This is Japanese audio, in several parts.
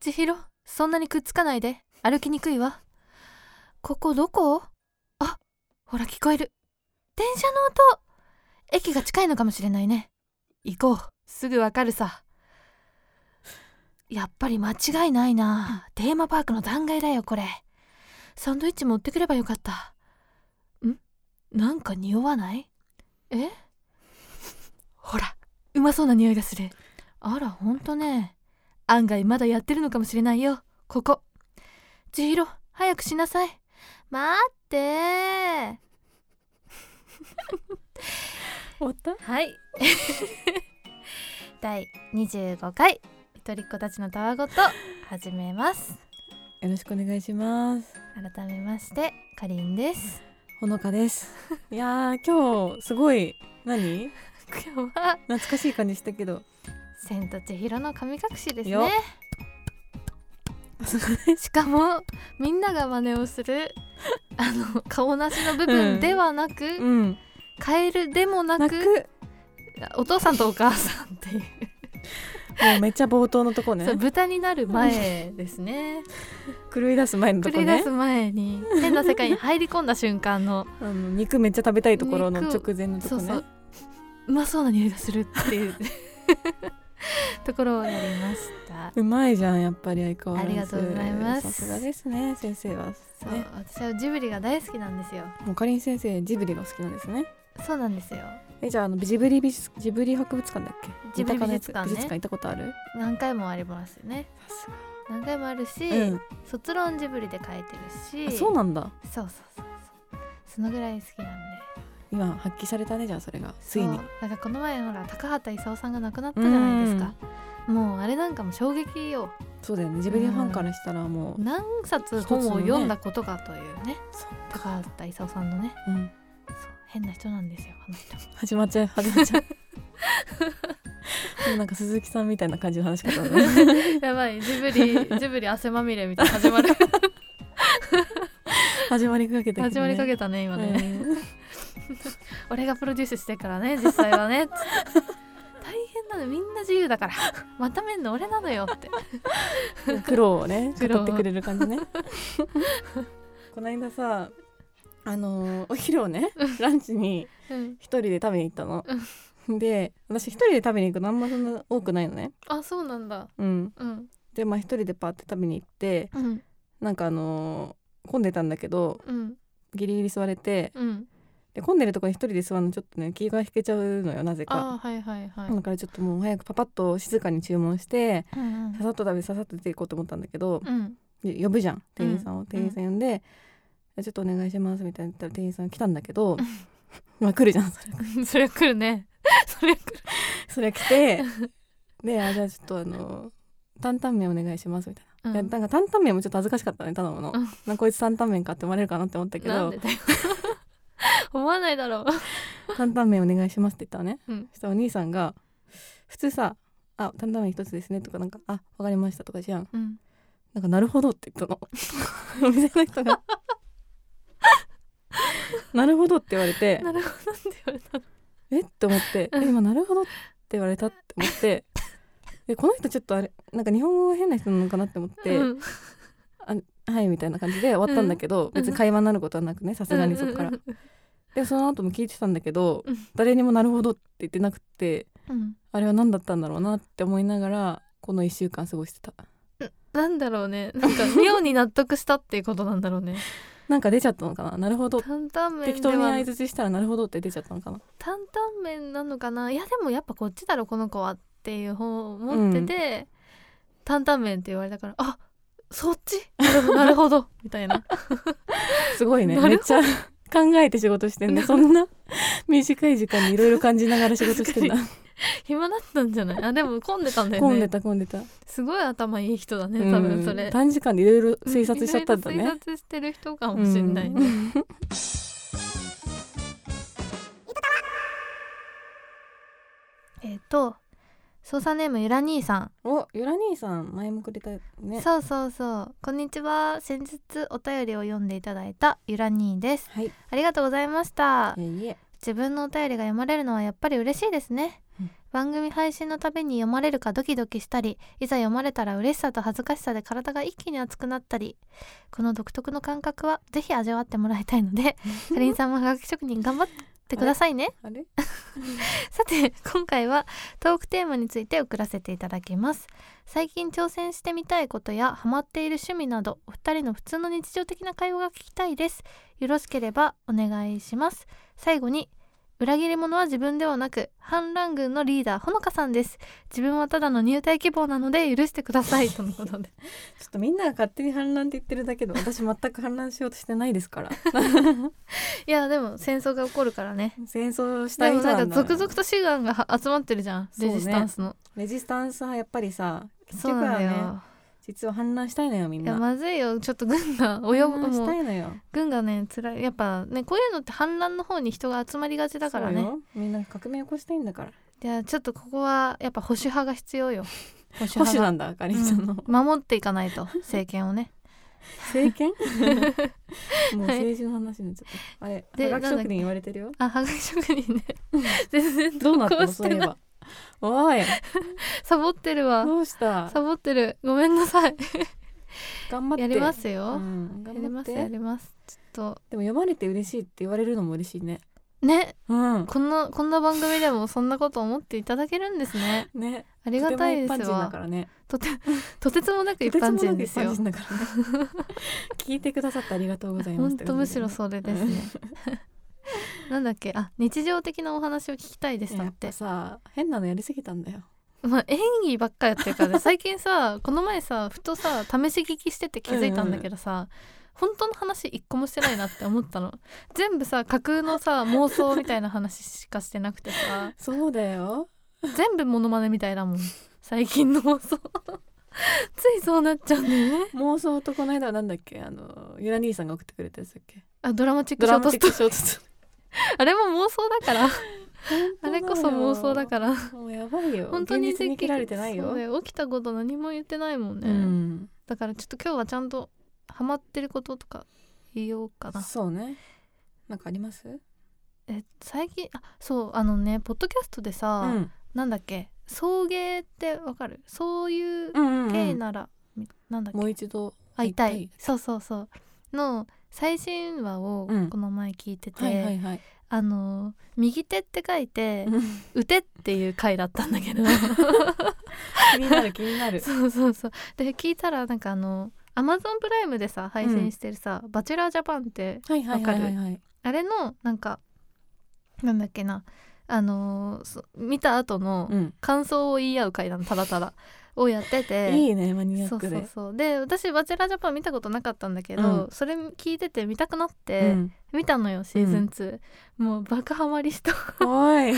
千尋、そんなにくっつかないで。歩きにくいわ。ここどこあ、ほら聞こえる。電車の音駅が近いのかもしれないね。行こう。すぐわかるさ。やっぱり間違いないな。テーマパークの断崖だよ、これ。サンドイッチ持ってくればよかった。んなんか匂わないえ ほら、うまそうな匂いがする。あら、ほんとね。案外まだやってるのかもしれないよ。ここ。千尋、早くしなさい。待ってー。終わったはい。 第25回「一人っ子たちのたわごと」始めます。よろしくお願いします改めましてかりんです。ほのかですいやー今日すごい何今日は懐かしい感じした けど「千と千尋の神隠し」ですよね。しかもみんなが真似をするあの顔なしの部分ではなく、うんカエルでもなく泣くもお父さんとお母さんっていううめっちゃ冒頭のとこねそう豚になる 前ですね。狂い出す前のとこ繰り出ねす前に変な世界に入り込んだ瞬間のあの肉めっちゃ食べたいところの肉直前のとこそねうそううまそうな匂いがするっていう ところをやりましたうまいじゃんやっぱり相変わらずありがとうございますさすがですね先生はそう、ね私はジブリが大好きなんですよもうかりん先生ジブリが好きなんですねそうなんですよえじゃああのジブリ美術ジブリ博物館だっけジブリ美術館ね美術館行ったことある何回もありますよねさす何回もあるし、がうん卒論ジブリで書いてるあしそうなんだそうそうそうそうそのぐらい好きなんで今発揮されたねじゃあそれがついにそうなんかこの前ほら高畑勲さんが亡くなったじゃないですかもうあれなんかも衝撃よそうだよねジブリファンからしたらもう、何冊本を読んだことかというね高畑勲さんのねうん、そう変な人なんですよあの人始まっちゃう始まっちゃう もうなんか鈴木さんみたいな感じの話し方だね やばいジブ リジブリ汗まみれみたいな始 まる 始まりかけて始まりかけたね今ね、俺がプロデュースしてからね実際はね つって大変なのみんな自由だからまためんの俺なのよってうん 苦労をね苦労語ってくれる感じね この間さあのーお昼をねランチにうん一人で食べに行ったの、で私一人で食べに行くのあんまそんな多くないのねあそうなんだうんうんでまあ一人でパーって食べに行ってうんなんかあのー混んでたんだけどうんギリギリ座れてうんで混んでるとこに一人で座るのちょっとね気が引けちゃうのよなぜかあはいはいはい、だからちょっともう早くパパッと静かに注文してうんうんささっと食べささっと出ていこうと思ったんだけど、うんで呼ぶじゃん店員さんを、店員さん呼んで、ちょっとお願いします」みたいな言ったら店員さん来たんだけど、 まあ来るじゃんそ れそれは来るねそれは来るそれ来てであ「じゃあちょっとあの担々麺お願いします」みたいな。うんでなんか担々麺もちょっと恥ずかしかったね頼むの、うんなんかこいつ担々麺かって思われるかなって思ったけなんでどだよ 思わないだろう担々麺お願いしますって言ったのね、うんそしたらお兄さんが普通さ「あ担々麺一つですね」とかなんか「あわかりました」とかじゃんうんなんか「なるほど」って 言ったのお店の人が「なるほど」って言われてなるほどって言われた「えっ?」て思って「え今なるほど」って言われたって思ってでこの人ちょっとあれなんか日本語が変な人なのかなって思って「うんはい」みたいな感じで終わったんだけど、別に会話になることはなくねさすがにそこから。でその後も聞いてたんだけど、うん誰にも「なるほど」って言ってなくて。うんあれは何だったんだろうなって思いながらこの1週間過ごしてたなんだろうねなんか妙に納得したっていうことなんだろうねなんか出ちゃったのかななるほど担々麺適で当には相づちしたらなるほどって出ちゃったのかな担々麺なのかないやでもやっぱこっちだろこの子はっていう方を持ってて、担々麺って言われたからあそっち なるほどなるほど みたいなすごいねなめるっちゃ 考えて仕事してんねそんな 短い時間にいろいろ感じながら仕事してんだ暇だったんじゃないあでも混んでたんだよね混んでた混んでた、すごい頭いい人だねうん多分それ、短時間でいろいろ推察しちゃったんだ意ね外と推察してる人かもしれないね、うん えっ、と操作ネームゆら兄さんおゆら兄さん前もくれたよねそうそうそうこんにちは先日お便りを読んでいただいたゆらにーですはいいありがとうございましたえいえ自分のお便りが読まれるのはやっぱり嬉しいですね、うん番組配信のたびに読まれるかドキドキしたりいざ読まれたら嬉しさと恥ずかしさで体が一気に熱くなったりこの独特の感覚はぜひ味わってもらいたいの でかりんさんもはがき職人頑張ってくださいねあれさて今回はトークテーマについて送らせていただきます最近挑戦してみたいことやハマっている趣味などお二人の普通の日常的な会話が聞きたいですよろしければお願いします最後に裏切り者は自分ではなく反乱軍のリーダーほのかさんです自分はただの入隊希望なので許してくださ いとのことでちょっとみんなが勝手に反乱って言ってるだけど私全く反乱しようとしてないですから いやでも戦争が起こるから ね戦争しでたいも人ななんだんか続々と志願がは集まってるじゃんそうレねジスタンスのレジスタンスはやっぱりさ結そう,、局はなんだよ、ね実は反乱したいのよみんいやなまずいよちょっと軍が及反ぶ乱しもうたいのよ軍がね辛いやっぱねこういうのって反乱の方に人が集まりがちだからそうねよみんな革命起こしたいんだからじゃあちょっとここはやっぱ保守派が必要よ保守保守派なんだあかりんちゃんの、が守っていかないと政権をね 政権もう政治の話になっちゃった、あれでで学なんだっ職け人言われてるよあはがき職人 ね全然どうな投った稿のしそうていえない ばおいサボってるわどうしたサボってるごめんなさい頑張ってやりますうよ、ん、やり頑張っますてやりますちょっでも読まれて嬉しいって言われるのも嬉しいねとねうんこんなこんな番組でもそんなこと思っていただけるんですねねありがたいで とても一す般人だかわらねとてとてつもなく一般人ですよとてつもなく一般人だからね 聞いてくださってありがとうございます本当むしろうそれですね。 なんだっけあ日常的なお話を聞きたいですだやっってぱ。さ変なのやりすぎたんだよまあ演技ばっかやってるからね 最近さこの前さふとさ試し聞きしてて気づいたんだけどさ、本当の話一個もしてないなって思ったの。全部さ架空のさ妄想みたいな話しかしてなくてさそうだよ 全部モノマネみたいだもん最近の妄想。 ついそうなっちゃうんだよね。妄想とこの間はなんだっけあのゆら兄さんが送ってくれたやつだっけあドラマチックドショラートスマチットクショートストあれも妄想だからーリーあれこそ妄想だから。らもうやばいよ本当に現実に切られてないよそうだよ起きたこと何も言ってないもんね、うんだからちょっと今日はちゃんとハマってることとか言おうかなそうねなんかありますえ最近あそうあのねポッドキャストでうさ、んなんだっけ送迎ってわかるそういううんうん系うんなら、みなんだっけもう一度会いたい会いそうそうそうの最新話をうんこの前聞いてて、はいはいはいあの「右手」って書いてうん「腕」っていう回だったんだけ ど気になる気に なるそうそうそうで聞いたらなんかあのアマゾンプライムでさ配信してるさ「バチェラージャパン」ってはいはいはいはいはいあれのなんかなんだっけなあのーそ見た後のうん感想を言い合う会なのただ ただをやってて。いいねマニアそッうそクうでそうで私「バチェラージャパン」見たことなかったんだけど、うんそれ聞いてて見たくなっうて、ん見たのよシーズン2、もう 爆ハマりしたおい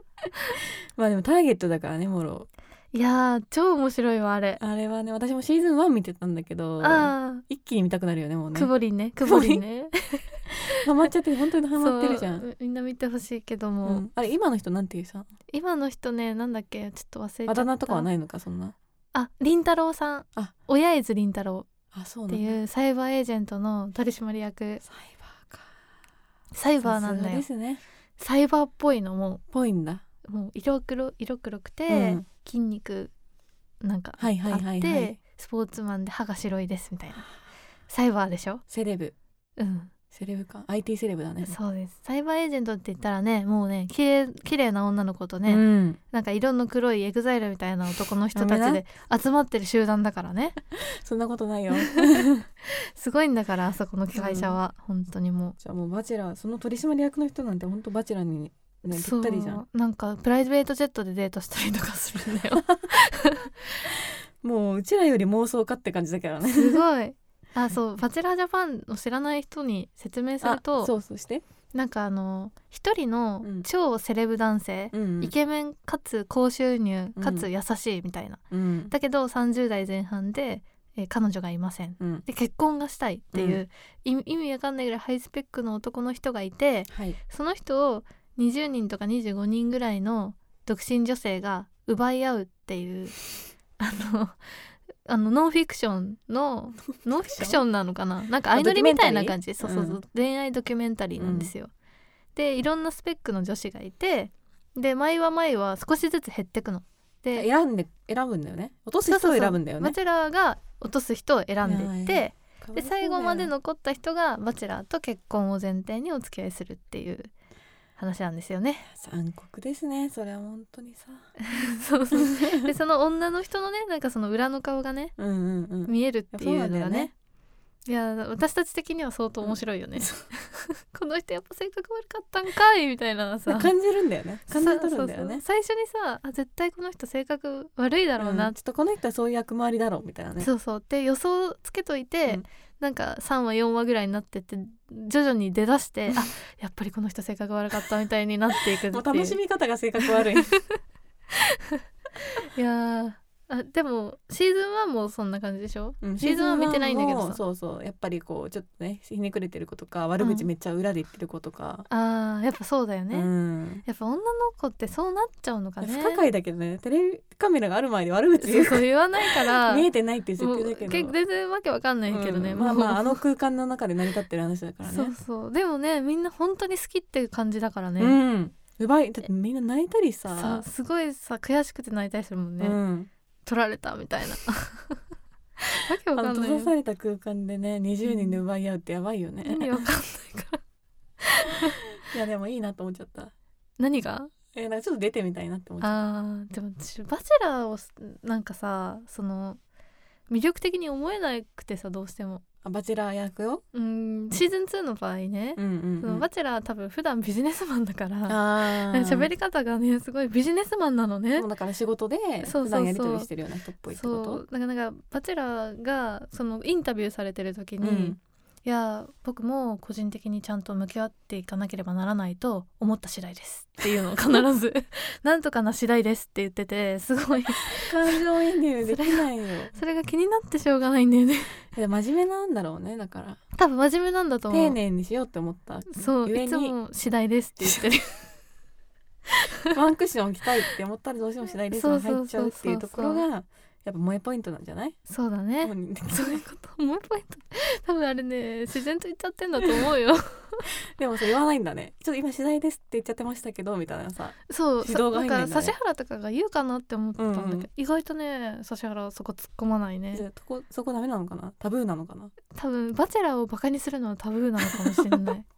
まあでもターゲットだからねもろいやー超面白いわあれあれはね私もシーズン1見てたんだけどあ一気に見たくなるよねもうあねくぼりんねくぼりん ねハマっちゃって本当にハマってるじゃん、そうみんな見てほしいけども、うんあれ今の人なんていうさ今の人ねなんだっけちょっと忘れちゃったあだ名とかはいないのかそんなあ凛太郎さんあ親江津凛太郎あそうっなてんだいうサイバーエージェントの取締役サイバーかサイサバーなんだでよすねサイバーっぽいのもぽいんだもう色黒色黒くて、うん筋肉なんかあはっいて、はいはいはいスポーツマンで歯が白いですみたいなサイバーでしょセレブうんセレブか IT セレブだねそうですサイバーエージェントって言ったらねもうね綺麗綺麗な女の子とね、 うんなんか色の黒いエグザイルみたいな男の人たダちメで集まってる集団だから ねそんなことないよすごいんだからあそこの会社は、本当にもじゃあもうバチェラーその取締役の人なんて本当バチェラーに、う、ね、ぴったりじゃんそうなんかプライベートジェットでデートしたりとかするん だよもううちらより妄想家って感じだけどねすごいあそう「バチェラージャパン」を知らない人に説明するあとそうそうして、なんかあの一人のうん超セレブ男性、うんイケメンかつ高収入うんかつ優しいみたいな、うんだけど30代前半で、えー彼女がいませんうんで結婚がしたいっていう、い意味わかんないぐらいハイスペックの男の人がいて、はいその人を20人とか25人ぐらいの独身女性が奪い合うっていう あのあのノンフィクションのノンフィクションなのかななんか相乗りみたいな感じドそキうュメンタリーそうそう、恋愛ドキュメンタリーなんですよ。でいろんなスペックの女子がいてで前は前は少しずつ減ってくので選んで選ぶんだよね落とすそう人をそうそう選ぶんだよねバチェラーが落とす人を選んでいって、いやで最後まで残った人がバチェラーと結婚を前提にお付き合いするっていう話なんですよ ね。残酷ですねそれは本当にさそうそうでその女の人のねなんかその裏の顔がねうんうんうん見えるっていうのいやそがうなんだよねねいや私たち的には相当面白いよね、 この人やっぱ性格悪かったんかいみたいなさ感じるんだよね感じ取るんだそようそうそうね最初にさあ絶対この人性格悪いだろうなうんちょっとこの人はそういう役回りだろうみたいなねそうそうって予想つけといて、うんなんか3話4話ぐらいになってって徐々に出だしてあやっぱりこの人性格悪かったみたいになっていくっていう もう楽しみ方が性格悪い いやーあでもシーズン1もそんな感じでしょうんシーズンは見てないんだけどさシーズンはもうそうそうやっぱりこうちょっとねひねくれてる子とか悪口めっちゃ裏で言ってる子とかあーやっぱそうだよね、うんやっぱ女の子ってそうなっちゃうのかね不可解だけどねテレビカメラがある前で悪口そ言ううそう言わないから見えてないっていうもう設定だけ結ど構全然わけわかんないけどね、うんまあもうまああの空間の中で成り立ってる話だからねそうそうでもねみんな本当に好きっていう感じだからね、うん奪いだってみんな泣いたりさそうすごいさ悔しくて泣いたりするもんね、うん、取られたみたいな わけわあかんないの閉ざよされた空間でね20人で奪い合うってやばいよね、意味いわかんないからやでもいいなと思っちゃった何がえなんかちょっと出てみたいなって思っちゃっあーでも私バチェラーをすなんかさその魅力的に思えなくてさどうしてもたあバチェラー役よ、うんシーズン2の場合ね、うんうんそのバチェラー多分普段ビジネスマンだからあなんーか喋り方がねすごいビジネスマンなのねもうだから仕事でそうそうそう普段やり取りしてるような人っぽいってこそとうだからなんかバチェラーがそのインタビューされてる時に、うんいや僕も個人的にちゃんと向き合っていかなければならないと思った次第ですっていうのを必ず なんとかな次第ですって言っててす ごい感情移入でき ないよそれが気になってしょうがないんだよねいや真面目なんだろうねだから多分真面目なんだと思う丁寧にしようって思ったそうゆえいつにも次第ですって言ってるワンクッション置きたいって思ったらどうしても次第レースが入っちゃうっていうところがそやっぱ萌えポイントなんじゃない そうだね本人的にそういうこともう一ポイント多分あれね自然と言っちゃってんだと思うよでもさ言わないんだねちょっと今次第ですって言っちゃってましたけどみたいなさ そう指導がな入んんないんだねか指原とかが言うかなって思ってたんだけど、うんうん意外とね指原そこ突っ込まないねじゃあそこそこダメなのかなタブーなのかな多分バチェラーをバカにするのはタブーなのかもしれない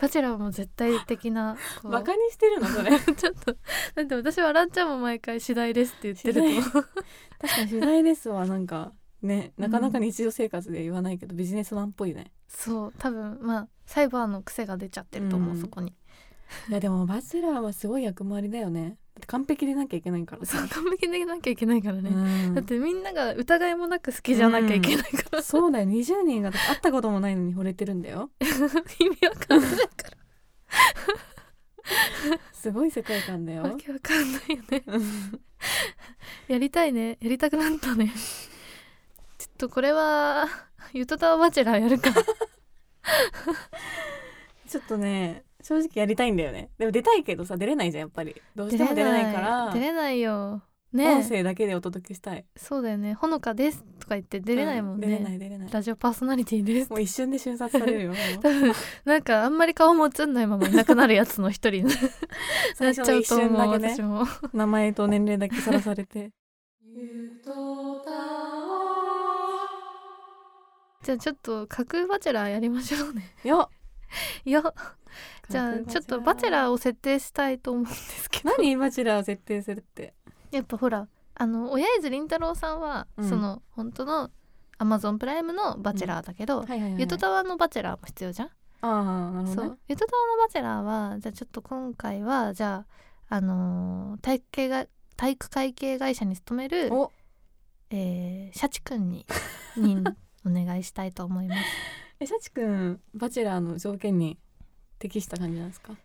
バチェラーも絶対的なこうバカにしてるの それ 確ちょっとだって私笑っちゃうもん毎回次第ですって言ってると思うかに次第ですはなんかねなかなか日常生活で言わないけど、ビジネスマンっぽいねそう多分まあサイバーの癖が出ちゃってると思う、うんそこにいやでもバチェラーはすごい役回りだよねだって完璧でなきゃいけないからそさう完璧でなきゃいけないからね、うんだってみんなが疑いもなく好きじゃなきゃいけないから、そうだよ20人が会ったこともないのに惚れてるんだよ意味わかんないかすごい世界観だらわよけわかんないよねやりたいねやりたくなったねちょっとこれはゆとたわバチェラーやるかちょっとね正直やりたいんだよねでも出たいけどさ出れないじゃんやっぱりどうしても出れないから出れないよ音ねえ声だけでお届けしたいそうだよね「ほのかです」とか言って出れないもんね、う出れない出れないラジオパーソナリティですもう一瞬で瞬殺さ れるよもう多分なんかあんまり顔も映んないままいなくなるやつの一人にな最っち初ゃのう一と思瞬だうけね私も 名前と年齢だけさらされてじゃあちょっと架空バチェラーやりましょうねよいやじゃあちょっとバチェラーを設定したいと思うんですけど何バチェラーを設定するって やっぱほらあの親伊豆凛太郎さんは、うんその本当のアマゾンプライムのバチェラーだけど、はいはいはいゆとたわのバチェラーも必要じゃん、ああなるほそどねうゆとたわのバチェラーはじゃあちょっと今回はじゃああのー体育系が体育会系会社に勤める、おえー、シャチくんににお願いしたいと思いますえシャチ君バチェラーの条件に適した感じなんですか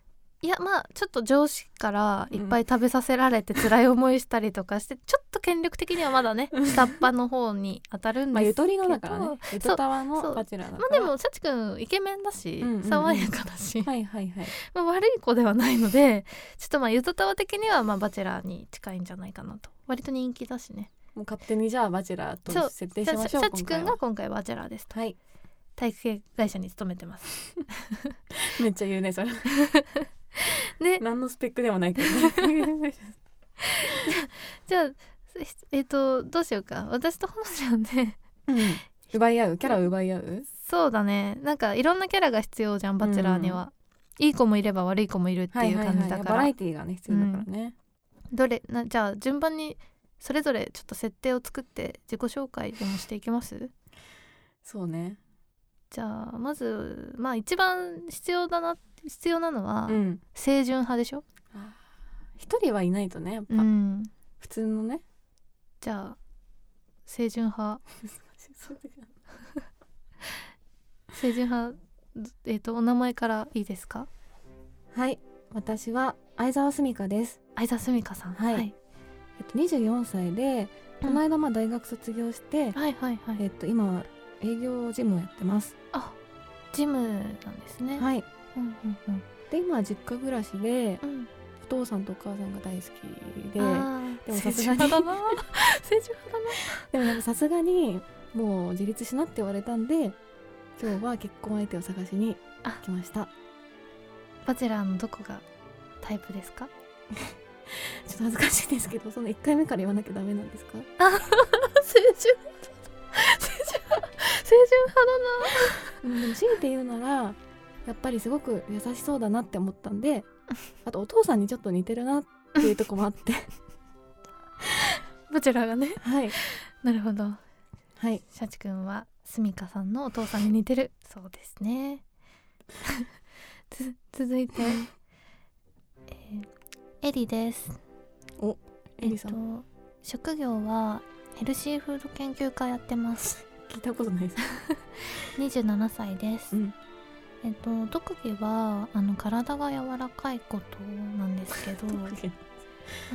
いやまあちょっと上司からいっぱい食べさせられて辛い思いしたりとかして、ちょっと権力的にはまだね下っ端の方に当たるんまあでゆすけど、とりのだからねゆとたわのバチェラーだまかあでらもシャチくんイケメンだし、うんうんうん爽やかだし、はいはいはいまあ、悪い子ではないのでちょっとまあゆとたわ的にはまあバチェラーに近いんじゃないかなと割と人気だしねもう勝手にじゃあバチェラーそとう設定じしゃあまシしょうャチくんが今今回バチェラーですと回ははい体育系会社に勤めてますめっちゃ言うねそれね 何のスペックでもないけどねじゃあえっ、とどうしようか私とほのちゃんねうん奪い合うキャラを奪い合うそうだねなんかいろんなキャラが必要じゃんバチェラーには、いい子もいれば悪い子もいるっていう感じだから、バラエティーがね必要だからね、どれなじゃあ順番にそれぞれちょっと設定を作って自己紹介でもしていきますそうねじゃあまずまあ一番必要だな必要なのは、うん清純派でしょ、一人はいないとねやっぱ、うん、普通のねじゃあ清純派難しそうだよ清純派ずえっ、とお名前からいいですかはい私は相沢すみかです相沢すみかさん、はいはい、えっと24歳でこの間まあ大学卒業して、はいはいはいえっと今は営業事務をやってますあジムなんですね、はいうんうんうんで今は実家暮らしでうんお父さんとお母さんが大好きであーでも清さす純がに派だ な清純派だなでもなんかさすがにもう自立しなって言われたんで今日は結婚相手を探しに来ましたバチェラーのどこがタイプですかちょっと恥ずかしいですけどその1回目から言わなきゃダメなんですか清純清純派清純派だなうんでも強いて言うならやっぱりすごく優しそうだなって思ったんであとお父さんにちょっと似てるなっていうとこもあって バチェラーがねはいなるほどはいシャチ君はスミカさんのお父さんに似てるそうですね つ続いて、えーエリですエリさん、えっと、職業はヘルシーフード研究家やってます聞いたことないです27歳です、うんえっと特技はあの体が柔らかいことなんですけ どな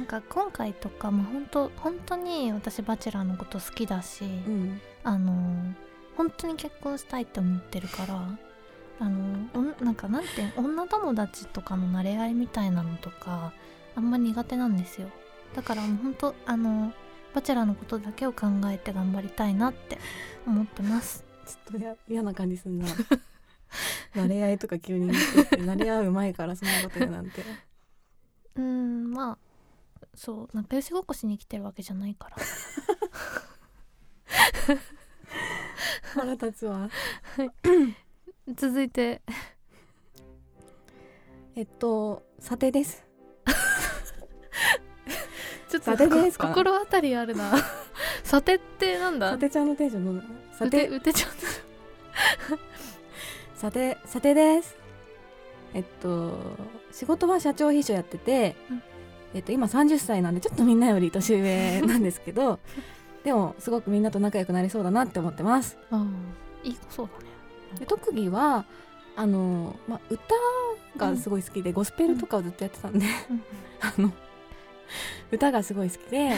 んか今回とかも本当本当に私バチェラーのこと好きだし、うんあの本当に結婚したいって思ってるからあのおんなんかなんていうの女友達とかの馴れ合いみたいなのとかあんま苦手なんですよだからもう本当あのバチェラーのことだけを考えて頑張りたいなって思ってますちょっとや嫌な感じすんな 慣れ合いとか急に言って慣れ合う前からそんなこと言うなんてうーんまあそう仲良しごっこしに来てるわけじゃないから腹立つわ 続いてえっと査定ですちょっとこ心心当たりある なサテってなんだ査定ちゃんのテンションどうなの査うて定うてちゃん査定査定ですえっと仕事は社長秘書やってて、うんえっと今30歳なんでちょっとみんなより年上なんですけ どでもすごくみんなと仲良くなりそうだなって思ってますいい子そうだねで特技はあの、まあ、歌がすごい好きで、ゴスペルとかをずっとやってたんで、うん あの歌がすごい好きで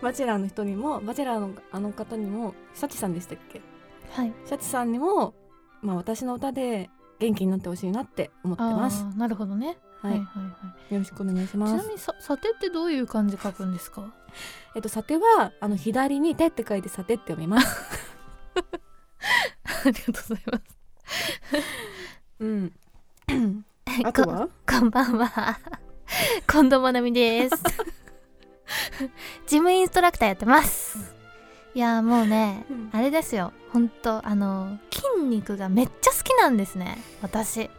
バチェラーの人にもバチェラーのあの方にもサチさんでしたっけはいシャチさんにも、まあ、私の歌で元気になってほしいなって思ってます。あーなるほどね。はい、はいよはいはろしくお願いい。しちまなすみ。にさ、さてってどういう漢字書くんですか。えっと、さては、あの左に手って書いて、さてって読みます。ありがとうございます。うん。あとは。こんばんは。 近藤まなみ です。ジムインストラクターやってます。いやーもうね、うんあれですよ。本当あの筋肉がめっちゃ好きなんですね。私。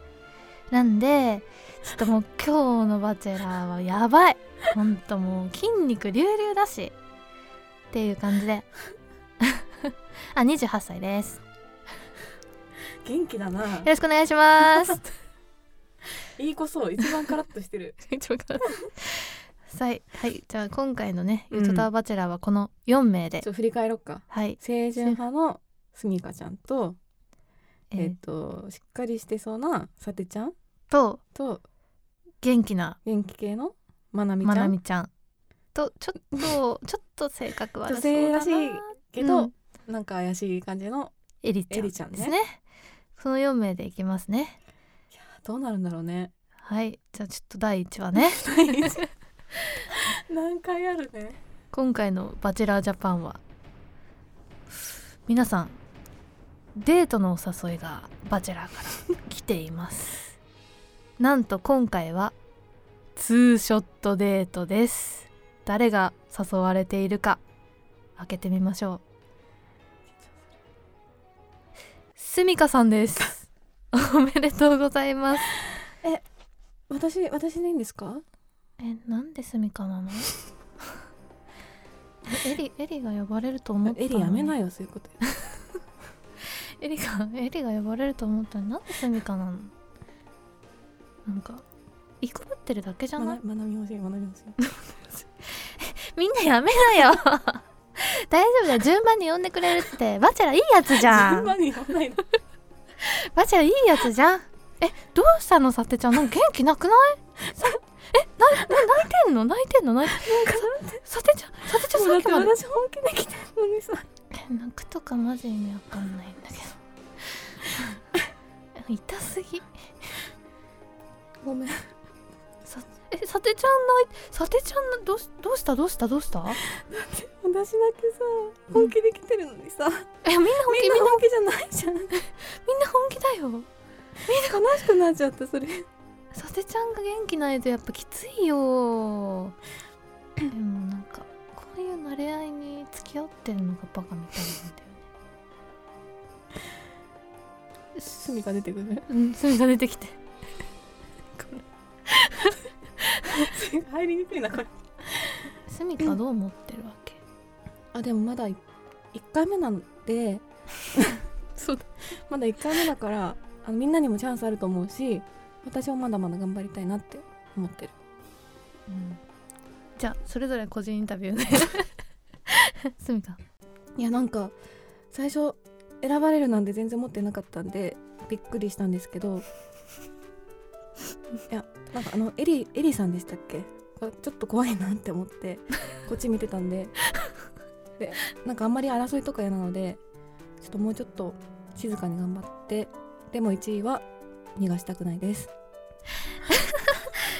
なんで、ちょっともう今日のバチェラーはやばい。本当もう筋肉隆々だし。っていう感じで。 あ、28歳です。元気だな。よろしくお願いし ます。いい子そう、一番カラッとしてる。はい、はい、じゃあ今回のね、うんゆとたわバチェラーはこの4名でちょっ、と振り返ろうか。はい、清純派のすみかちゃんと、ええーっと、しっかりしてそうなさてちゃんとと、元気な元気系のまなみちまゃ。なんみちゃんとちょっ とちょっと性格悪そうだな女性らしいけど、うんなんか怪しい感じのエリちえゃんりでちゃんすね。ね。その4名でいきますね。どうなるんだろう ね。はい、じゃあちょっと第1話ね。何回あるね。今回のバチェラージャパンは皆さんデートのお誘いがバチェラーから来ています なんと今回はツーショットデートです誰が誘われているか開けてみましょうすみかさんですおめでとうございます私私でいいんですかえなんですみかなの えエリエリが呼ばれると思ったのエにリやめないよそういうことエリがエリが呼ばれると思ったらなんでスミカなのなんかいくぶってるだけじゃまなない学び欲しい学び欲しいみんなやめなよ 大丈夫だよ順番に呼んでくれるってバチェラいいやつじゃ 順ん番にやんないのバチェラいいやつじゃんえどうしたのさてちゃんなんか元気なくないさえなな泣いてんの泣いてんの泣いてんのさてちゃんさてちゃんさっきまで私本気で来てるのにさ泣くとかマジ意味わかんないんだけど 痛すぎごめんさえさてちゃんないさてちゃんなどうしどうしたどうしたどうした私だけさ本気で来てるのにさ、えみんな本気みみんなんな本気じゃないじゃんみんな本気だよ悲しくなっちゃったそれさてちゃんが元気ないとやっぱきついよでもなんかこういう慣れ合いに付き合ってるのがバカみたいなん だよね罪が出てくるうんそれが出てきて 入りにくいなこれスミカどう思ってるわけあでもまだ1回目なん でそうだまだ1回目だからあのみんなにもチャンスあると思うし私もまだまだ頑張りたいなって思ってるうんじゃあそれぞれ個人インタ ビューねすみかいやなんか最初選ばれるなんて全然持ってなかったんでびっくりしたんですけどいやなんかあのエリエリさんでしたっけがちょっと怖いなって思ってこっち見てたんででなんかあんまり争いとか嫌なのでちょっともうちょっと静かに頑張ってでも1位は逃がしたくないです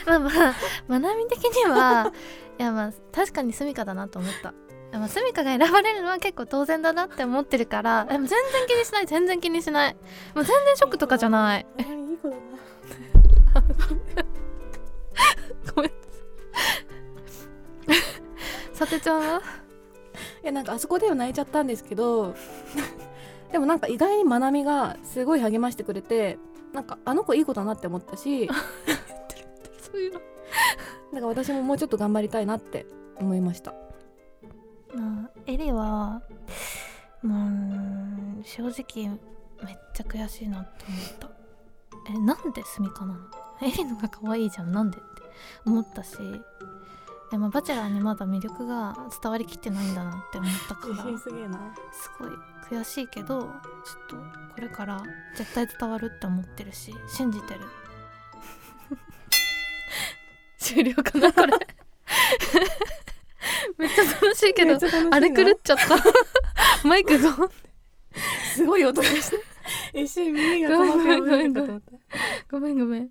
まあまあまなみ的にはいやまあ確かにスミカだなと思った。まあ、スミカが選ばれるのは結構当然だなって思ってるからでも全然気にしない全然気にしないもう全然ショックとかじゃないいい子だなごめんさてちゃんは、いやなんかあそこでは泣いちゃったんですけど でもなんか意外にまなみがすごい励ましてくれてなんかあの子いい子だなって思ったし なんそういうのか私ももうちょっと頑張りたいなって思いましたまあエリはうん正直めっちゃ悔しいなって思ったえなんでスミカなのエリのが可愛いじゃんなんでって思ったしでもバチェラーにまだ魅力が伝わりきってないんだなって思ったからすげえなすごい悔しいけどちょっとこれから絶対伝わるって思ってるし信じてる 終了かなこれ めっちゃ楽しいけど あれ狂っちゃった。 マイクが。すごい音がして一瞬耳が細くなってたと思思っ ごめんごめん。い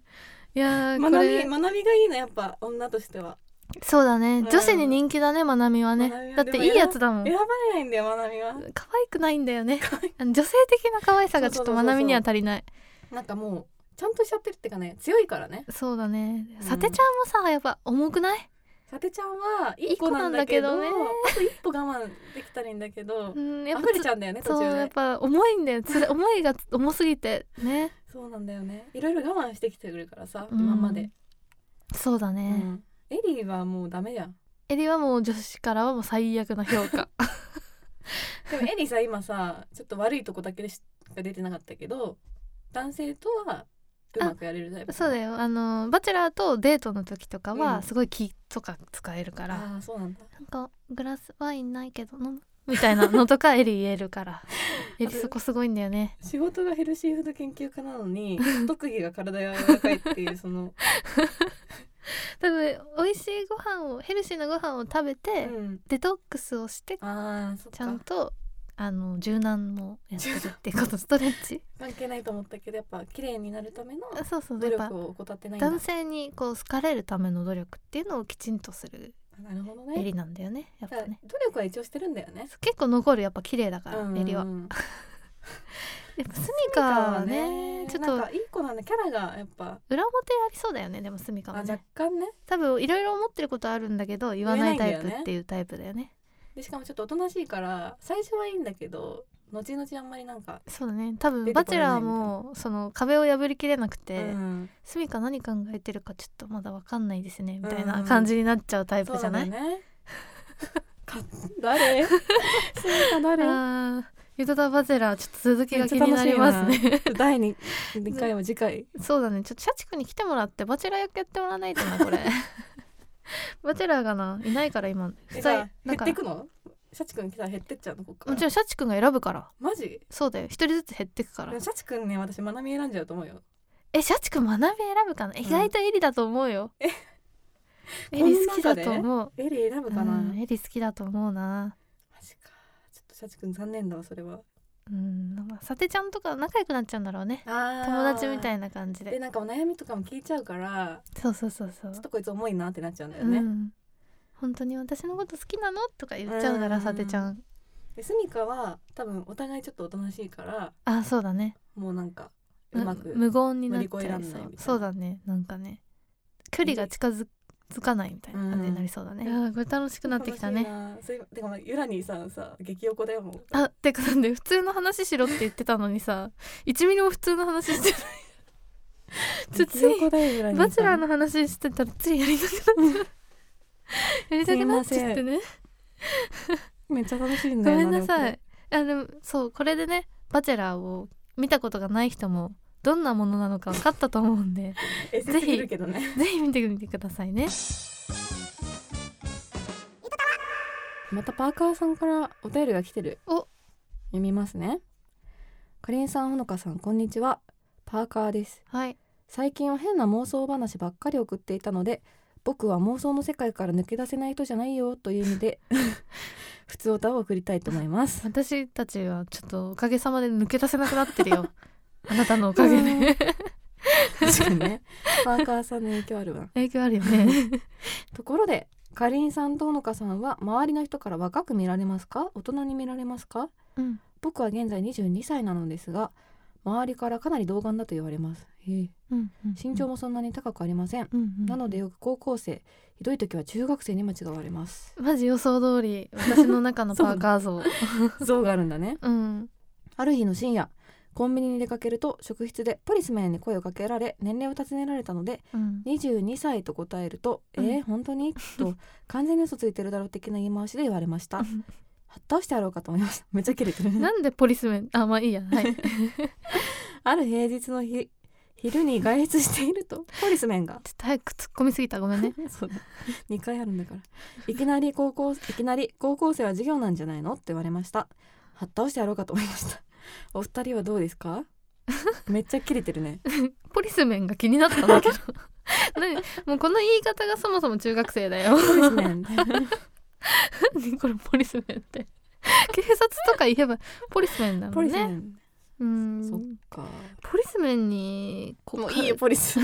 やー、まこなれみ、まなみがいいなやっぱ女としてはそうだね。うん女子に人気だね、まなみはねまなみ。はだっねていいやつだもん選。ばれないんだよまなみは可愛くないんだよね。あの女性的な可愛さがちょっとまなみには足りない。なんかもうちゃんとしちゃってるっていうかね強いからねそうだね。うんさてちゃんもさ、やっぱ重くないさてちゃんはいい子なんだけどいい子なんだけどねあと一歩我慢できたらいいんだけどうん、やっぱ溢れちゃうんだよね途そう、中やっでぱ重いんだよ。つれ重いが重すぎて。ね。そうなんだよねいろいろ我慢してきてくるからさうん今まで、そうだうね。んエリーはもうダメじゃんエリはもう女子からはもう最悪な評価。でもエリーさ今さ ちょっと悪いとこだけでしか出てなかったけど男性とはうまくやれるタイプそうだよ。あの、バチェラーとデートの時とかうは、んすごい気とか使えるから。ああそうなんだなんかグラスワインないけど飲むみたいなのとかエリ言えるから エリそこすごいんだよね仕事がヘルシーフード研究家なのに特技が体が柔らかいっていう その、多分美味しいご飯をヘルシーなご飯を食べうて、ん、デトックスをしてああそっちゃんかとあの柔軟もやってるっていうことストレッチ関係ないと思ったけどやっぱ綺麗になるためのあそうそう努やっぱ力を怠ってないんだ男性にこう好かれるための努力っていうのをきちんとするなるほどエねリなんだよねやっぱだからね努力は一応してるんだよね結構残るやっぱ綺麗だから、うんエリはうんやっぱスミカはねちょっとなんかいい子なんだキャラがやっぱ、裏表ありそうだよねでもスミカあも若ね干ね多分いろいろ思ってることあるんだけど言わないタイ言えプないんだよねっていうタイプだよねでしかもちょっとおとなしいから最初はいいんだけど後々あんまりなんか、そうだね多分出バてこチェれなラいーみたいなもその壁を破りきれなくて、うんスミカ何考えてるかちょっとまだわかんないですねみたいうんなうん感じになっちゃうタイプじゃない、そうだねか誰 スミカ誰あーユドタ・バゼラーちょっと続きが気になりますめっね 第二二回も次回そうだねちょっと社畜に来てもらってバチェラー役やってもらわないとな これバチェラーがないないから今不えじゃ在あだ減っからていくのシャチ君来たら減ってっちゃうのこっからもちろん社畜が選ぶからマジそうだよ一人ずつ減ってくかでらもシャチ君ね私学び選んじゃうと思うよえ社畜学び選ぶかな意外とエリだと思うよ、 エリ好きだと思うエリ選ぶかな、うんマエリ好きだと思うなジかちょっとシャチ君残念だわそれはうんなんかサテちゃんとか仲良くなっちゃうんだろうね友友達みたいいな感じででなんかお悩みとかも聞いちゃうからそうそうそうそうちょっとこいつ重いなってなっちゃうんだようね、ん本当に私のこと好きなのとか言っちゃうからうんさてちゃんでスミカは多分お互いちょっとおとなしいからあそうだねもうなんかうむまく無言になっち乗り越えゃらいんないそみたいうなそうだねなんかね距離が近づかないみたいな感じになりそうだね、うんあーこれ楽しくなってきた楽ねしいなそういえばてかまあユラニーさんさ激おこだよもうあてかなんで普通の話しろって言ってたのにさ1ミリも普通の話して ないつつい激横だよユラニーさバんチェラーの話してたらついやりたくなっちゃう やりたくなっちゃってねめっちゃ楽しいんごだよめんなさでもいあでもそうこれでね「バチェラー」を見たことがない人もどんなものなのか分かったと思うんで これエッセイすぎるけどねぜひ見てみてくださいねまたパーカーさんからお便りが来てるお読みますねかりんさんほのかさんこんにちはパーカーですはい最近は変な妄想話ばっかり送っていたので僕は妄想の世界から抜け出せない人じゃないよという意 味で普通歌を送りたいと思います私たちはちょっとおかげさまで抜け出せなくなってる よあなたのおかげうで 確かにねパーカーさんの影響あるわ影響あるよねところでかりんさんとほのかさんは周りの人から若く見られますか大人に見られますかうん僕は現在22歳なのですが周りからかなり童顔だと言われますへえうんうん身長もそんなに高くありません、うんうんなのでよく高校生ひどい時は中学生に間違われますマジ予想通り私の中のパーカー像像があるんだねうんある日の深夜コンビニに出かけると職質でポリスメンに声をかけられ年齢を尋ねられたのでうん22歳と答えると「うんえー、本当に?」と完全に嘘ついてるだろう的な言い回しで言われました倒してやろうかと思いましためっちゃキレてるなんでポリスメンあまあいいや はいある平日の日昼に外出しているとポリスメンがちょっと早く突っ込みすぎたごめんねそうだ2回あるんだからいきなり高校いきなり高校生は授業なんじゃないのって言われましたはっ倒してやろうかと思いましたお二人はどうで すかめっちゃキレてるねポリスメンが気になったんだけど 何もうこの言い方がそもそも中学生だよ ポリスメン何これポリスメンって警察とか言えばポリスメンだもポんリスメねンうんそっかポリスメンにこもういいよポリス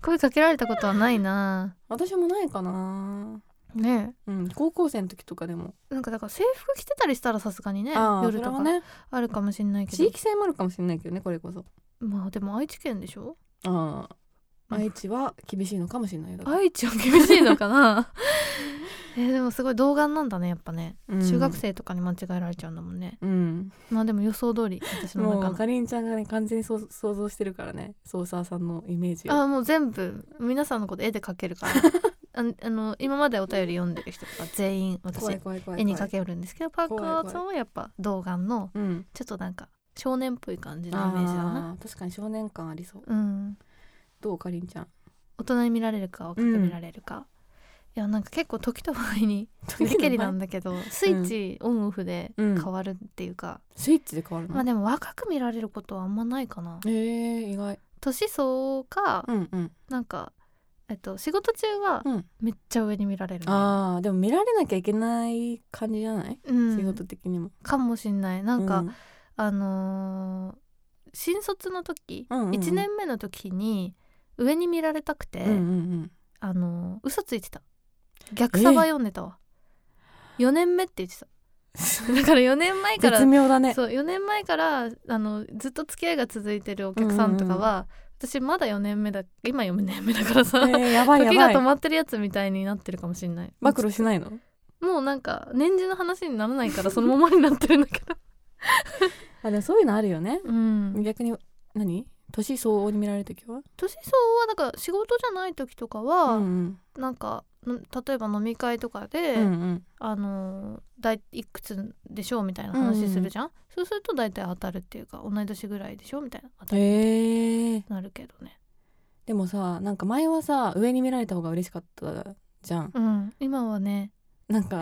声かけられたことはないな 私もないかなねうん高校生の時とかでも、えなんかだから制服着てたりしたらさすがにねああ夜それとはかねあるかもしれないけど、地域性もあるかもしれないけどねこれこそまあでも愛知県でしょああうん愛知は厳しいのかもしれないよだから愛知は厳しいのかな えーでもすごい童顔なんだねやっぱね、うん中学生とかに間違えられちゃうんだもんねうんまあでも予想通り私のも中うのかりんちゃんがね完全にそう想像してるからねソーサーさんのイメージをあもう全部皆さんのこと絵で描ける からあのあの今までお便り読んでる人とか全員私怖い怖い怖い怖い絵に描けるんですけどパーカーさんはやっぱ童顔のうんちょっとなんか少年っぽい感じのイメージだなあー確かに少年感ありそううんどうかりんちゃん大人に見られるか若く見られるか、いやなんか結構時と場合 に無理けりなんだけどスイッチオンオフで変わるっていうか、スイッチで変わるの、まあでも若く見られることはあんまないかなえー、意外年相応か、うんうんなんかえっと仕事中はうんめっちゃ上に見られるの、あーでも見られなきゃいけない感じじゃない、うん仕事的にもかもしんないなんか、うんあのー新卒の時、うんうんうん1年目の時に上に見られたくて、うんうんあのー嘘ついてた逆サバ読んでたわ、4年目って言ってたうん だから4年前から絶妙だねそう4年前からあのずっと付き合いが続いてるお客さんとかは、私まだ4年目だ今4年目だからさ、えー、やばいや時がば止いまってるやつみたいになってるかもしれない暴露しないのもうなんか年次の話にならないからそのままになってるんだけどあでも そういうのあるよねうん逆に何年相応に見られる時は年相応はなんか仕事じゃない時とかは、うんうんなんかん例えば飲み会とかで、うんうんあのだいいくつでしょうみたいな話するじゃん、そうすると大体当たるっていうか同い年ぐらいでしょみたいな当たるへえなるけどねでもさなんか前はさ上に見られた方が嬉しかったじゃんうん今はね、な んか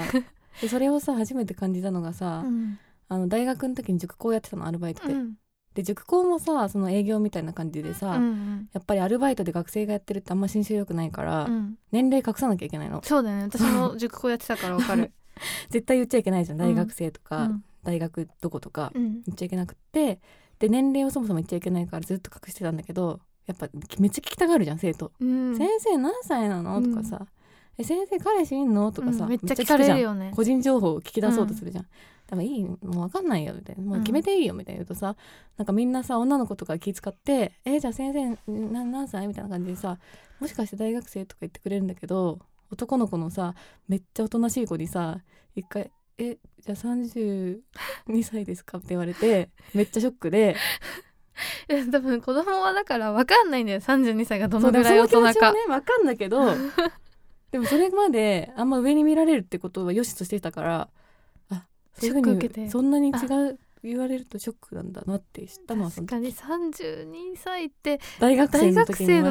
でそれをさ初めて感じたのがさ、うんあの大学の時に塾講やってたのアルバイトうで、んで塾講もさその営業みたいな感じでさ、うんうんやっぱりアルバイトで学生がやってるってあんま信州良くないから、うん年齢隠さなきゃいけないのそうだよね私 も塾校やってたからわかる絶対言っちゃいけないじゃん大学生とうか、ん大学どことかうん言っちゃいけなくってで年齢をそもそも言っちゃいけないからずっと隠してたんだけどやっぱめっちゃ聞きたがるじゃん生徒、うん先生何歳なの?」とかさ、え先生彼氏いんの?」とかさ、うんめっちゃ聞かれるよね個人情報を聞き出そうとするじゃん。でもいいもう分かんないよみたいなもう決めていいよみたいな言うとさ、なんかみんなさ女の子とか気遣って「えじゃあ先生な何歳?」みたいな感じでさもしかして大学生とか言ってくれるんだけど男の子のさめっちゃおとなしい子にさ一回「えじゃあ32歳ですか?」って言われてめっちゃショックでえ 多分子供はだからわかんないんだよ32歳がどのそうだぐかららいそ大の気人持ちはか、ね分かんだけど でもそれまであんま上に見られるってことは良しとしてたからあそういうふうにショック受けてそんなに違う言われるとショックなんだなって知ったのはそ確のかに32歳って大学生大の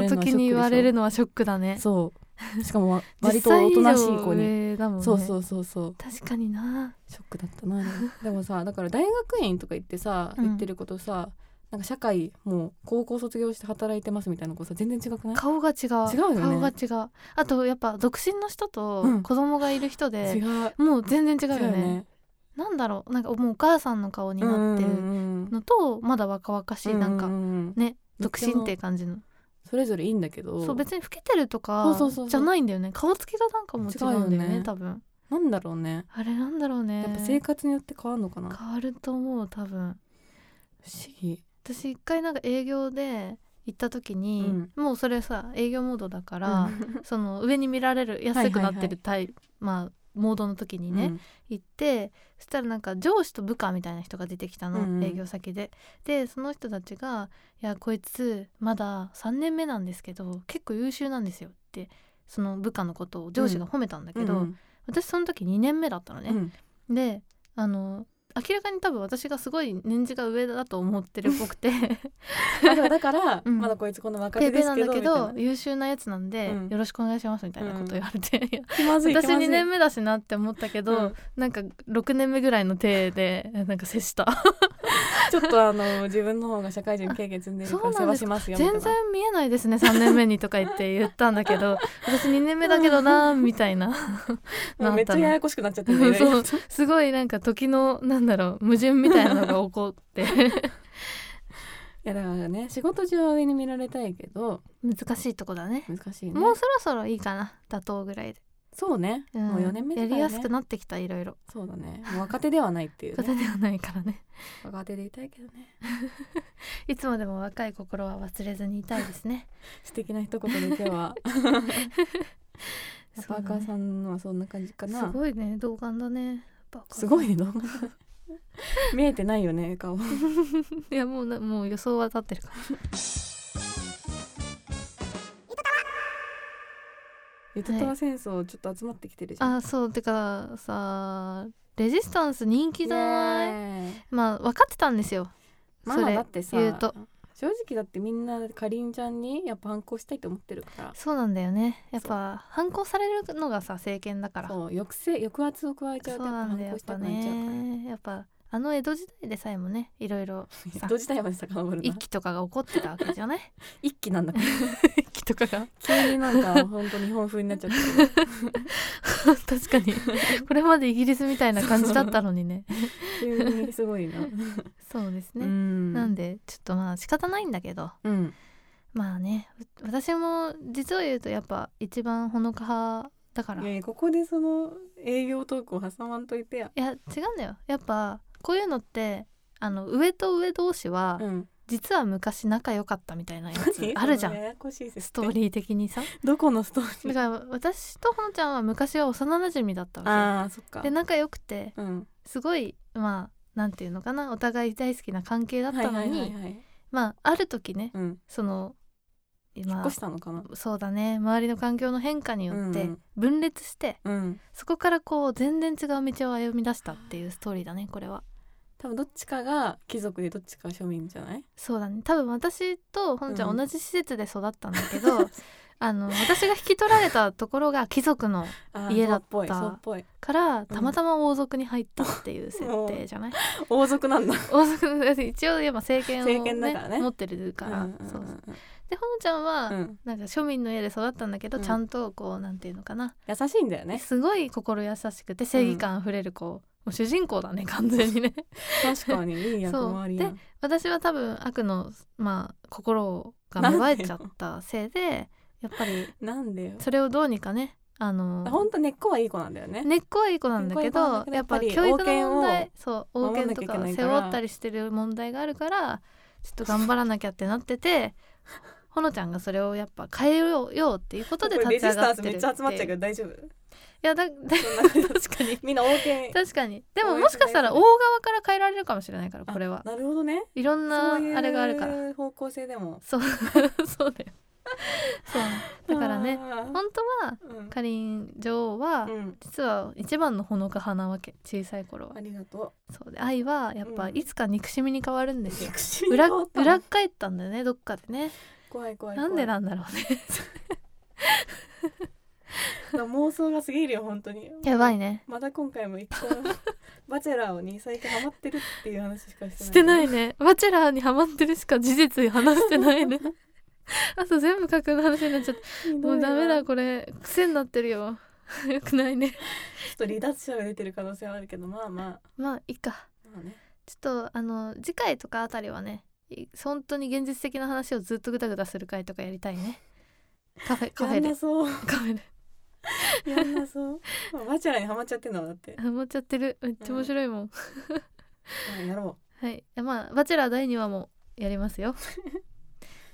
学時に言生われのるのはショッ時に言われるのはショックでしょクだねそうしかもわ割実とお際と以上なしい子に、上だもんねそうそうそうそう確かになショックだった なでもでもさだから大学院とか行ってさうん言ってることさ、なんか社会もう高校卒業して働いてますみたいな子さ全然違くない顔が違う違うよね顔が違うあとやっぱ独身の人とうん子供がいる人違で、うもう全然違うよね違うよねなんだろうなんかもうお母さんの顔になってうるんうんうんのとまだ若々しいなんうかううんねどっ独ち身もって感じのそれぞれいいんだけどそう別に老けてるとそうかそうそうそうじゃないんだよね顔つきがなんかもう違うんだよ違うねよね多分なんだろうねあれなんだろうねやっぱ生活によって変わるのかな変わると思う多分不思議私一回なんか営業で行った時に、もうそれさ営業モードだから、その上に見られる安くなってるタイ、まあモードの時にね、行ってそしたらなんか上司と部下みたいな人が出てきたの、うんうん営業先ででその人たちが「いやこいつまだ3年目なんですけど結構優秀なんですよ」ってその部下のことを上司が褒めたんだけど、私その時2年目だったのね、であの明らかに多分私がすごい年次が上だと思ってるっぽくてだから、 うんまだこいつ この若 ペ手ーペーですなんけだどけどみたい優秀なやつなんで、うんよろしくお願いしますみたいなこと言われて、いやな気まず い私2年目目だしなって思ったけど、うんなんか6年目ぐらいの体でなんか接したちょっとあの自分の方が社会人経験積んでるからそう世なんで話すしますよみたい全な然見えないですね3年目にとか言って言ったんだけ ど私2年目だけどなみたいなもうめっちゃややこしくなっちゃってる ねそうすごいなんか時のなんだろう矛盾みたいなのが起こっていやだからね仕事中は上に見られたいけど難しいとこだね難しいねもうそろそろいいかな妥当ぐらいで、そうね、うんもう4年目だから、ね、やりやすくなってきたいろいろそうだねもう若手ではないって いう、方ね、ではないからね若手でいたいけどねいつまでも若い心は忘れずにいたいですね素敵な一言で今日はそう だパねーカーさんのはそんな感じかすなごいね同感だねバカすごいね動画 見えてないよね顔いやもうなもう予想は立ってるからゆとたわ戦争ちょっと集まってきてるじゃん、あそうてかさレジスタンス人気じゃない、ねえまあ分かってたんですよまそあれだってさ言うと正直だってみんなかりんちゃんにやっぱ反抗したいと思ってるからそうなんだよねやっぱ反抗されるのがさ政権だからそう抑制抑圧を加えちゃそううとなやっぱん反だよや抗っしたぱくなっちゃうからねやっぱあの江戸時代でさえもねいろいろ江戸時代まで遡る一な揆とかが起こってたわけじゃない一気なんだから 一揆とかが急になんか本当日本風になっちゃったけど 確か にこれまでイギリスみたいな感じだったのにね急にすごいな、 そうですうね、んなんでちょっとまあ仕方ないんだけどうんまあねう私も実を言うとやっぱ一番ほのか派だからいいややいやここでその営業トークを挟まんといてや違うんだよやっぱこういうのってあの上と上同士は、うん実は昔仲良かったみたい なやつあるじゃやんやこしいですストーリー的にさどこのストーだリーから私とほのちゃんは昔は幼馴染だったわああそっかけで仲良くてうんすごいまあなんていうのかなお互い大好きな関係だだったのにまあある時ねうんその引っ今越したのかなそうだね周りの環境の変化によっうてん分裂してうんそこからこう全然違う道を歩み出したっていうストーリーだねこれは多分どっちかが貴族でどっちかが庶民じゃないそうだね多分私とほのちゃうんん同じ施設で育ったんだけ ど、あの私が引き取られたところが貴族のあー家だったそうっぽいそうっぽいからたまたま王族に入ったっていう設定 じゃない、王族なんだ王族の一応今政権を、ね政権だからね持ってるから、うんうんうんそうそうでほのちゃんは、うんなんか庶民の家で育ったんだけど、うんちゃんとこうなんていうのかな、優しいんだよねすごい心優しくて正義感あふれる子、もう主人公だね完全に ね確かにいい役回りそやう私は多分悪のまあ心が芽生えちゃったせいでやっぱりなんでよそれをどうにかねあの本当根っこはいい子なんだよね根っこはいい子なんだけど根っこはいい子なんやっぱだけどやっぱり教育の問王権題そう王守ら権なきとゃいけかないか背ら負ったりしてる問題があるからちょっと頑張らなきゃってなって てほのちゃんがそれをやっぱ変えようよっていうことでこれ立レちジ上がっスターてズるめってっちゃ集まっちゃういけど大丈夫や だだそんな確 かにみんな王権確かにでも応援もしかしたらし大ない側から変えられるかもしれないからあこれはなるほどねいろんなあそういうれがあるから方向性でもそう そうだよそうだからね あー本当はうんかりん女王はうん実は一番のほのか派なわけ小さい頃はありがとそうで愛はやっぱうんいつか憎しみに変わるん ですよ、う裏怖い裏返ったんだよねどっかでね怖い怖いなんでなだんだろうね妄想が過ぎるよ本当にやばいねまだ今回も一 個もバチェラーに最近ハマってるっていう話しかしてないしてないねバチェラーにハマってるしか事実話してない ねあと全部架空の話になっちゃったひどいなもうダメちだょこれ癖になってるよ よくないねっと離脱者が出てる可能性はあるけどまあまあまあいいかまあねちょっとあの次回とかあたりはねい本当に現実的な話をずっとグダグダする回とかやりたいねカフェカフやェんでなそう カフェでやんなそうまあバチェラーにハマっちゃってんのだってハマっちゃってるめっちゃ面白いもんまあやろはい、いやまあ「バチェラー第2話」もやります よ。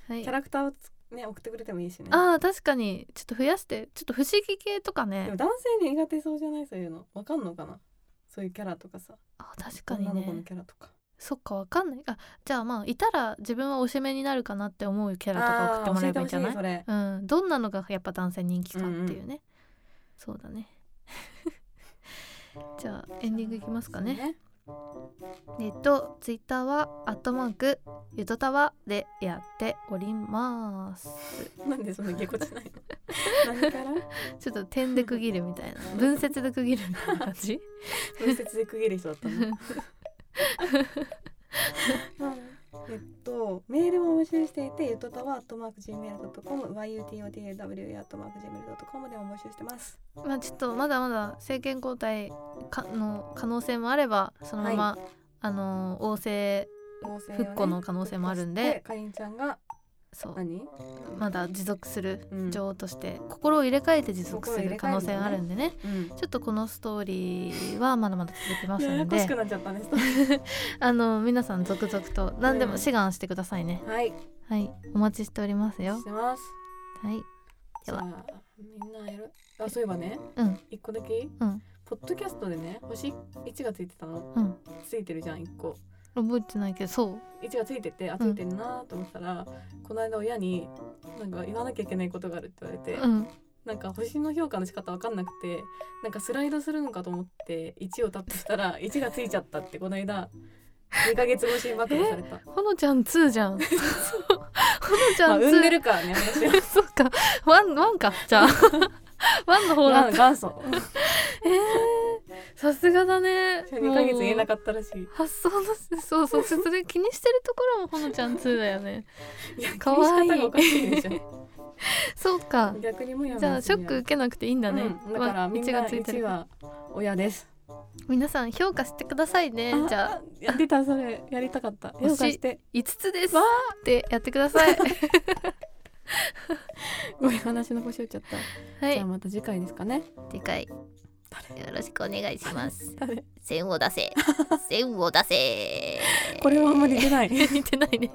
はういキャ、ラクターをつね送ってくれてもいいしねああ確かにちょっと増やしてちょっと不思議系とかでねも男性苦手そうじゃないそういうのわかんのかなそういうキャラとかさあ確かに女の子のねキャラとかそっかわかんないあじゃあまあいたら自分はおしめになるかなって思うキャラとか送ってもらえばいいんじゃなあいー教えてほしいうん、どんなのがやっぱ男性人気かっていうね、そうだね じゃあエンディングいきますそれかねえっと、ツイッターは、アットマーク、ゆとたわでやっております。なんでそんなぎこちないの 何からちょっと点で区切るみたい な、文節で区切るみたいな感じ分節で区切る人だった のえっとメールも募集していてゆとたわ atmarkgmail.com yutotaw や atmarkgmail.com でも募集してますまあちょっとまだまだ政権交代かの可能性もあれば、そのまま、あのー、王政合成をね復古の可能性もあるんで、かりんちゃんがそう、何、まだ持続するうん女王として、心を入れ替えて持続する可能性あるんでね、うん、ちょっとこのストーリーはまだまだ続きますやのやこしくで、なっちゃったねあのー、皆さん続々と何でも志願してくださいね。はいはい、お待ちしておりますよし。てますはい。でじゃはあみんなやるあそういえばねうん一個だけいいうんポッドキャストでね星1がついてたのうん。ついてるじゃん一個覚えてないけど、そう。位置がついててあつうんいてるなと思ったら、この間親になんか言わなきゃいけないことがあるって言われて、うん。なんか星の評価の仕方わかんなくてなんかスライドするのかと思って1をタップしたら1がついちゃったってこの間2ヶ月越しに暴露されたほのちゃん2じゃん。ほ のちまゃあん産んで2。るからね私は そうか。ワン、ワンか。じゃあ。 ワンの方だった。元祖えー、さすがだね。 2ヶ月言えなっかったらしいた。発想の、そう そう。それ気にしてるところもほのちゃん2だよね。いやかわいい気にし方がおかしいでしょそうか。逆にもやめじゃあ、ショック受けなくていいんだだね。ね、うん、だからみんな1がついて1る。は親です皆さん評価してくださいね。じゃあ、やってたそれやりたかった評価して5つですわ。 ってやってください。ごめん話の腰打っちゃった、はじゃいあまた次回ですかね次回よ誰ろしくお願いします誰線を出 せ線を出せこれはあんまり出ない似てないね